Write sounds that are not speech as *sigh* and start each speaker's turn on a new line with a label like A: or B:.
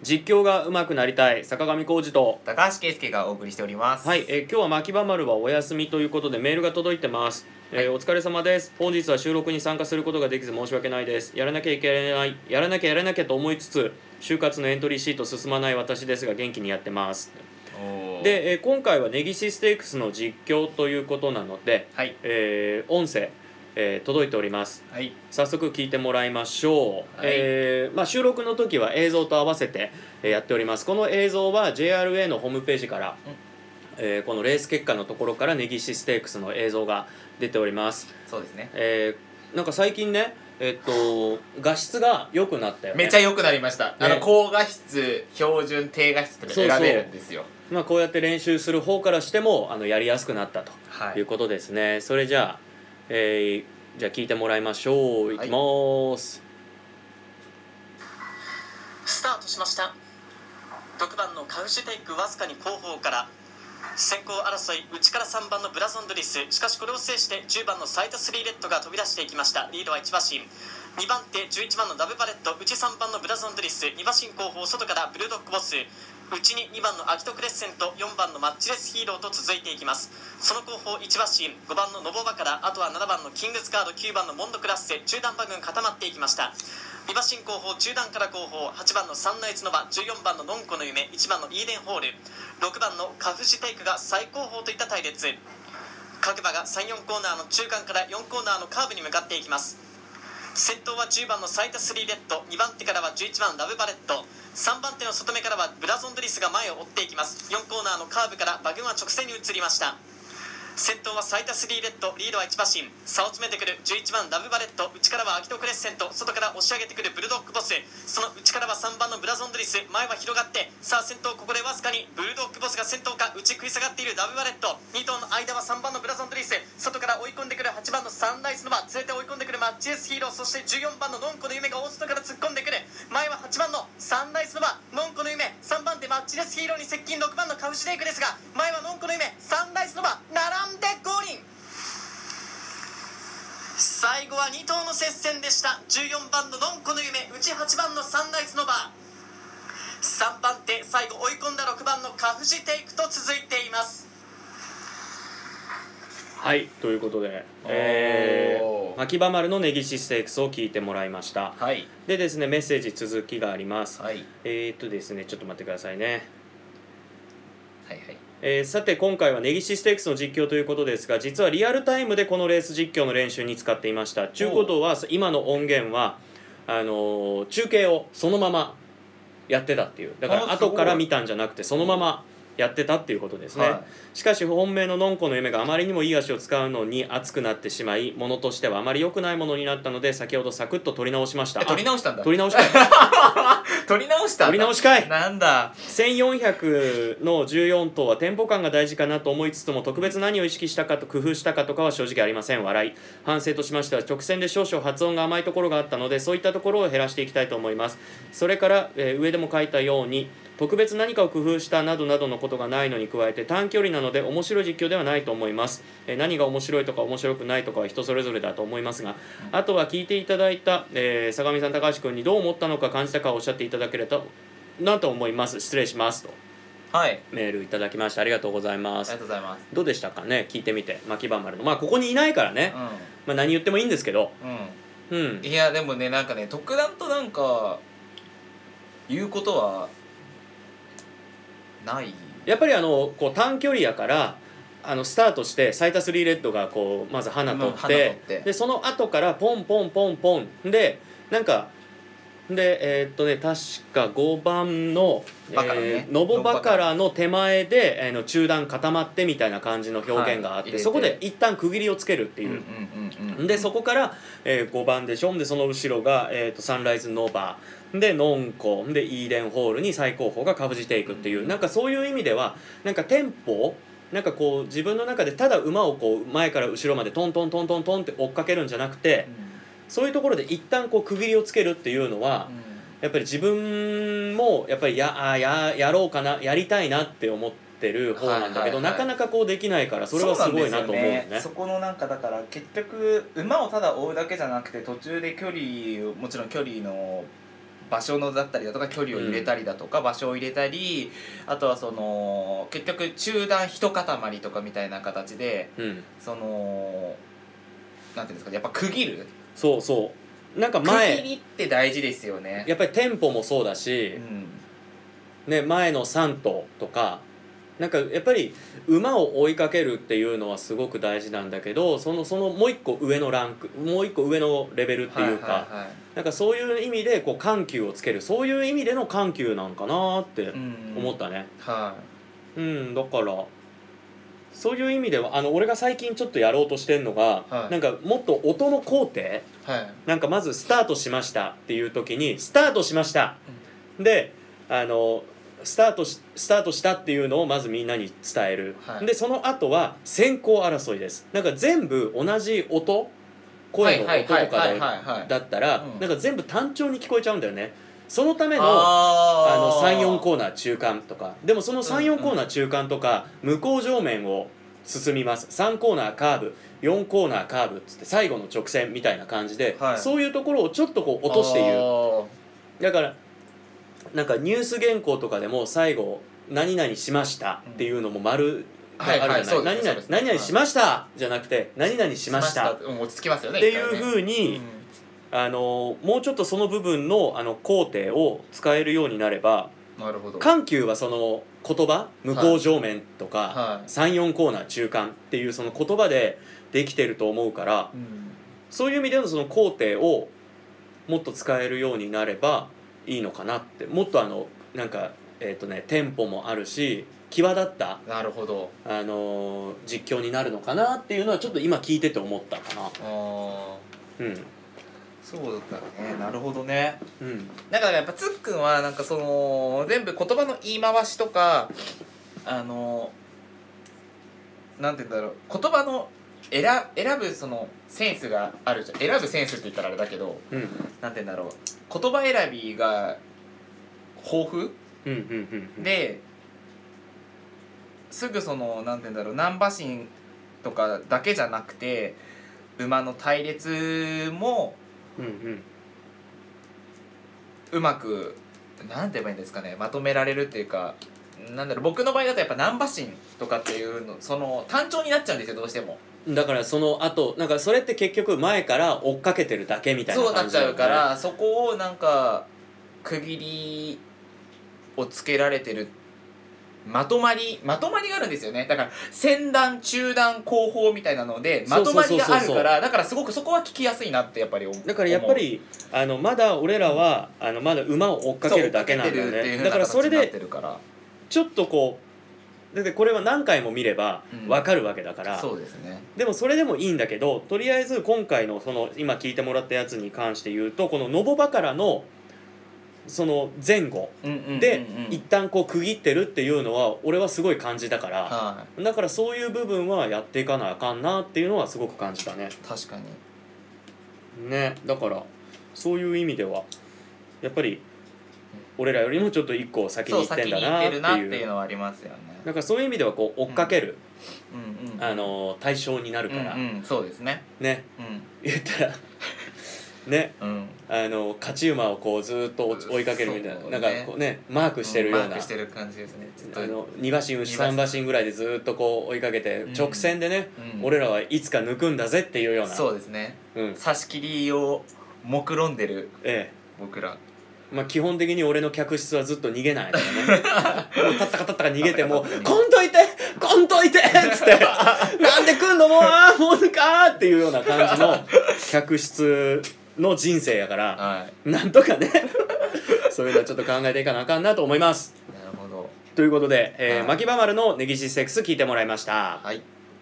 A: 実況が上手くなりたい坂上浩二と
B: 高橋圭介がお送りしております
A: はい、えー今日は牧場丸はお休みということでメールが届いてます、えーお疲れ様です本日は収録に参加することができず申し訳ないですやらなきゃいけないやらなきゃやらなきゃと思いつつ就活のエントリーシート進まない私ですが元気にやってます
B: おー
A: で、えー今回はネギシステークスの実況ということなので、
B: はい
A: えー音声、えー届いております
B: はい
A: 早速聞いてもらいましょう、
B: はい
A: えーまあ、収録の時は映像と合わせてえーやっておりますこの映像は JRA のホームページから、えーこのレース結果のところからネギシステークスの映像が出ております、
B: そうですね
A: えーなんか最近ねえっと画質が良くなったよね
B: めっちゃ良くなりました、あ
A: ね
B: の高画質標準低画質って選べるんですよ
A: まあ、こうやって練習する方からしてもあのやりやすくなったと
B: はい
A: いうことですね、それじゃあ、えーじゃあ聞いてもらいましょういきまーす、
C: スタートしました6番のカウシュテイクわずかに後方から先行争い内から3番のブラゾンドリスしかしこれを制して10番のサイトスリーレッドが飛び出していきましたリードは1馬身2番手11番のダブパレット内3番のブラゾンドリス2馬身後方外からブルードッグボス内に2番のアキトクレッセント4番のマッチレスヒーローと続いていきますその後方1馬身5番のノボバからあとは7番のキングズカード9番のモンドクラッセ中段馬群固まっていきました2馬身後方中段から後方8番のサンナイツノバ14番のノンコの夢1番のイーデンホール6番のカフシテイクが最高峰といった隊列各馬が34コーナーの中間から4コーナーのカーブに向かっていきます先頭は10番のサイタスリーレッド2番手からは11番ラブバレット3番手の外目からはブラゾンドリスが前を追っていきます4コーナーのカーブから馬群は直線に移りました先頭はサイタスリーレッドリードは1馬身差を詰めてくる11番ラブバレット内からはアキトクレッセント外から押し上げてくるブルドッグボスその内からは3番のブラゾンドリス前は広がってさあ先頭ここでわずかにブルドッグボスが先頭か内食い下がっているラブバレット2頭の間は3番のブラゾンドリス外から追い込んでくる8番のサンライズノバ連れて追い込んでくるマッチエスヒーローそして14番のノンコの夢が大外から突っ込んでくる前は8番のサンライズノバノンコの夢3番手マッチレスヒーローに接近6番のカウシレイクですが前はノンコの夢サンライズノバ並んで5人最後は2頭の接戦でした14番のノンコの夢内8番のサンライズノバ3番手最後追い込んだ6番のカフジテイクと続いています
A: はいということで、え
B: お
A: ー、
B: ー
A: 牧場丸のネギシステークスを聞いてもらいました
B: はい
A: でですねメッセージ続きがあります、
B: はいはい
A: えー、っとですねちょっと待ってくださいね
B: はい
A: えーさて今回はネギシステークスの実況ということですが実はリアルタイムでこのレース実況の練習に使っていましたちゅうことは今の音源はあのー中継をそのままやってたっていうだか
B: あ
A: ら
B: ーすごい
A: 後から見たんじゃなくてそのままやってたっていうことですね、
B: は
A: しかし本命ののんこの夢があまりにもいい足を使うのに熱くなってしまいものとしてはあまり良くないものになったので先ほどサクッと取り直しました
B: え撮り
A: あ
B: 直したんだ
A: 取り直した
B: 撮り直したんだ
A: 取り直しかい
B: なんだ
A: 1400の14頭はテンポ感が大事かなと思いつつも特別何を意識したかと工夫したかとかは正直ありません笑い反省としましては直線で少々発音が甘いところがあったのでそういったところを減らしていきたいと思いますそれから、えー上でも書いたように特別何かを工夫したなどなどのことがないのに加えて短距離なので面白い実況ではないと思います、えー何が面白いとか面白くないとかは人それぞれだと思いますがあとは聞いていただいた、えー相模さん高橋君にどう思ったのか感じたかをおっしゃっていただければなんと思います失礼しますと
B: はいあり
A: メールいただきましてありがとうございま
B: がと
A: す
B: うございます
A: どうでしたかね聞いてみて牧場丸のまあここにいないからね、
B: う
A: まあ、何言ってもいいんですけど
B: んうん
A: うん
B: いやでもねなんかね特段となんか言うことはない
A: やっぱりあのこう短距離やからあのスタートしてサイタスリーレッドがこうまず花取
B: うん
A: って,、
B: 花取って
A: でその後からポンポンポンポンでなんかでえーっとね確か5番の
B: バカラね
A: えーノボバカラの手前で、えーの中段固まってみたいな感じの表現があって,、
B: はい入れて
A: そこで一旦区切りをつけるって
B: う
A: い
B: ん
A: う。
B: うんうんうん
A: でそこから、えー5番でしょでその後ろが、えー、とサンライズノーバーでノンコでイーデンホールに最高峰がかぶじていくっていうなんかそういう意味ではなんかテンポなんかこう自分の中でただ馬をこう前から後ろまでトントントントントンって追っかけるんじゃなくてそういうところで一旦こう区切りをつけるっていうのは
B: うん
A: やっぱり自分もやっぱりやあややろうかなやりたいなって思ってる方なんだけど、
B: はいはいはい
A: なかなかこうできないからそれはすごいなと思うよ
B: そなんですよ
A: ね
B: そ。このなんかだから結局馬をただ追うだけじゃなくて途中で距離をもちろん距離の場所のだったりだとか距離を入れたりだとか、場所を入れたりあとはその結局中断一塊とかみたいな形で
A: うん、
B: そのなんていうんですかねやっぱ区切る
A: そうそうなんか
B: 区切
A: 前
B: りって大事ですよね。
A: やっぱりテンポもそうだし、
B: うん
A: ね、前の3頭とかなんかやっぱり馬を追いかけるっていうのはすごく大事なんだけどそのそのもう一個上のランクもう一個上のレベルっていうか、
B: はいはいはい
A: なんかそういう意味でこう緩急をつけるそういう意味での緩急なんかなって
B: うん
A: 思ったね。
B: は
A: うん、だからそういう意味ではあの俺が最近ちょっとやろうとしてんのが、
B: はい
A: なんかもっと音の工程
B: いはい
A: なんかまずスタートしましたっていう時にスタートしました、であのスタートしスタートしたっていうのをまずみんなに伝える、
B: はい
A: でその後は先行争いですなんか全部同じ音声の音とか
B: はいはい
A: で
B: はいはいはい
A: だったら
B: うん
A: なんか全部単調に聞こえちゃうんだよねそのためのあの
B: あー
A: 34コーナー中間とかでもその
B: うん
A: 34
B: うん
A: コーナー中間とか向こう上面を進みます3コーナーカーブ4コーナーカーブっつって最後の直線みたいな感じで、
B: はい
A: そういうところをちょっとこう落として言う
B: あ
A: だからなんかニュース原稿とかでも最後「何々しました」っていうのも丸があるじゃない、
B: はいはいそう
A: 何
B: です
A: 々
B: そうです
A: 何々しました」じゃなくて「何々
B: ー
A: しました」っ
B: うん落ち着きますよね
A: ていうふ
B: う
A: うに、あのもうちょっとその部分のあの工程を使えるようになれば
B: なるほど
A: 緩急はその言葉向こう上面とか、
B: はい
A: 34コーナー中間っていうその言葉でできてると思うから
B: うん
A: そういう意味でのその工程をもっと使えるようになればいいのかなってもっとあのなんかえっ、とねテンポもあるし際立った、
B: なるほど
A: あのー実況になるのかなっていうのはちょっと今聞いてて思ったかな。
B: ああ
A: うん
B: そうだねなるほどね
A: うん
B: だからやっぱつっくんはなんかその全部言葉の言い回しとかあのなんて言うんだろう言葉の選選ぶそのセンスがあるじゃん選ぶセンスって言ったらあれだけど
A: うん
B: なんて言うんだろう言葉選びが豊富
A: うんうんうんうん
B: ですぐそのなんて言うんだろう難波神とかだけじゃなくて馬の隊列も
A: うんうん
B: うまくなんて言えばいいんですかねまとめられるっていうかなんだろう僕の場合だとやっぱ難波神とかっていうのその単調になっちゃうんですよどうしても。
A: だからその後なんかそれって結局前から追っかけてるだけみたいな
B: そうな
A: 感
B: っ
A: じ
B: ち
A: だ
B: ゃ
A: よ
B: う
A: ね
B: からそこをなんか区切りをつけられてるまとまりまとまりがあるんですよねだから先段中段後方みたいなのでまとまりがあ
A: そうそうそう
B: るか
A: そう
B: らだからすごくそこは聞きやすいなってやっぱり思う
A: だからやっぱりあのまだ俺らはあのまだ馬を追っかけるだけなんだよ
B: そう追っかけてるってい
A: ね
B: う風
A: だからそれ
B: 形になって
A: で
B: るから
A: ちょっとこうだってこれは何回も見れば
B: うん
A: わかるわけだから、
B: そうですね
A: でもそれでもいいんだけどとりあえず今回のその今聞いてもらったやつに関して言うとこのノボバからのその前後
B: うんうんうんうん
A: で一旦こう区切ってるっていうのは俺はすごい感じだから
B: は
A: だからそういう部分はやっていかなあかんなっていうのはすごく感じたね。
B: い確かに
A: ねだからそういう意味ではやっぱり俺らよりもちょっと一個先に
B: そ
A: 行っ
B: う
A: て
B: 先
A: ん
B: に
A: だなっ
B: 行っ
A: てて
B: るなって
A: い
B: いう
A: う
B: のはありますよね
A: なんかそういう意味ではこう追っかける、
B: うんうん
A: あの対象になるから、
B: うんうんそうですね
A: ね
B: う
A: 言ったらね
B: んうん
A: あの勝ち馬をこうずーっと追いかけるみたいな、
B: そう
A: な
B: ね
A: んかこうねマークしてるよう
B: マー
A: な。
B: クしてる感じですねちょっと
A: あの2馬身牛3馬身ぐらいでずーっとこう追いかけて
B: うん
A: 直線でね、
B: うん
A: 俺らはいつか抜くんだぜっていうような
B: そうですね
A: うん
B: 差し切りを目論んでる
A: ええ、
B: 僕ら
A: まあ、基本的に俺の客室はずっと逃げ
B: *laughs*
A: ないからねもうたったかたったか逃げてもう
B: 立
A: 「
B: ったか立ったか
A: こんといてこんといて!」っつって「なんで来んのもうあーもうか!」っていうような感じの客室の人生やから
B: はい
A: なんとかねそういうのはちょっと考えていかなあかんなと思います。
B: なるほど
A: ということで、えー
B: はい
A: 牧場丸の根岸セックス聞いてもらいました。
B: はい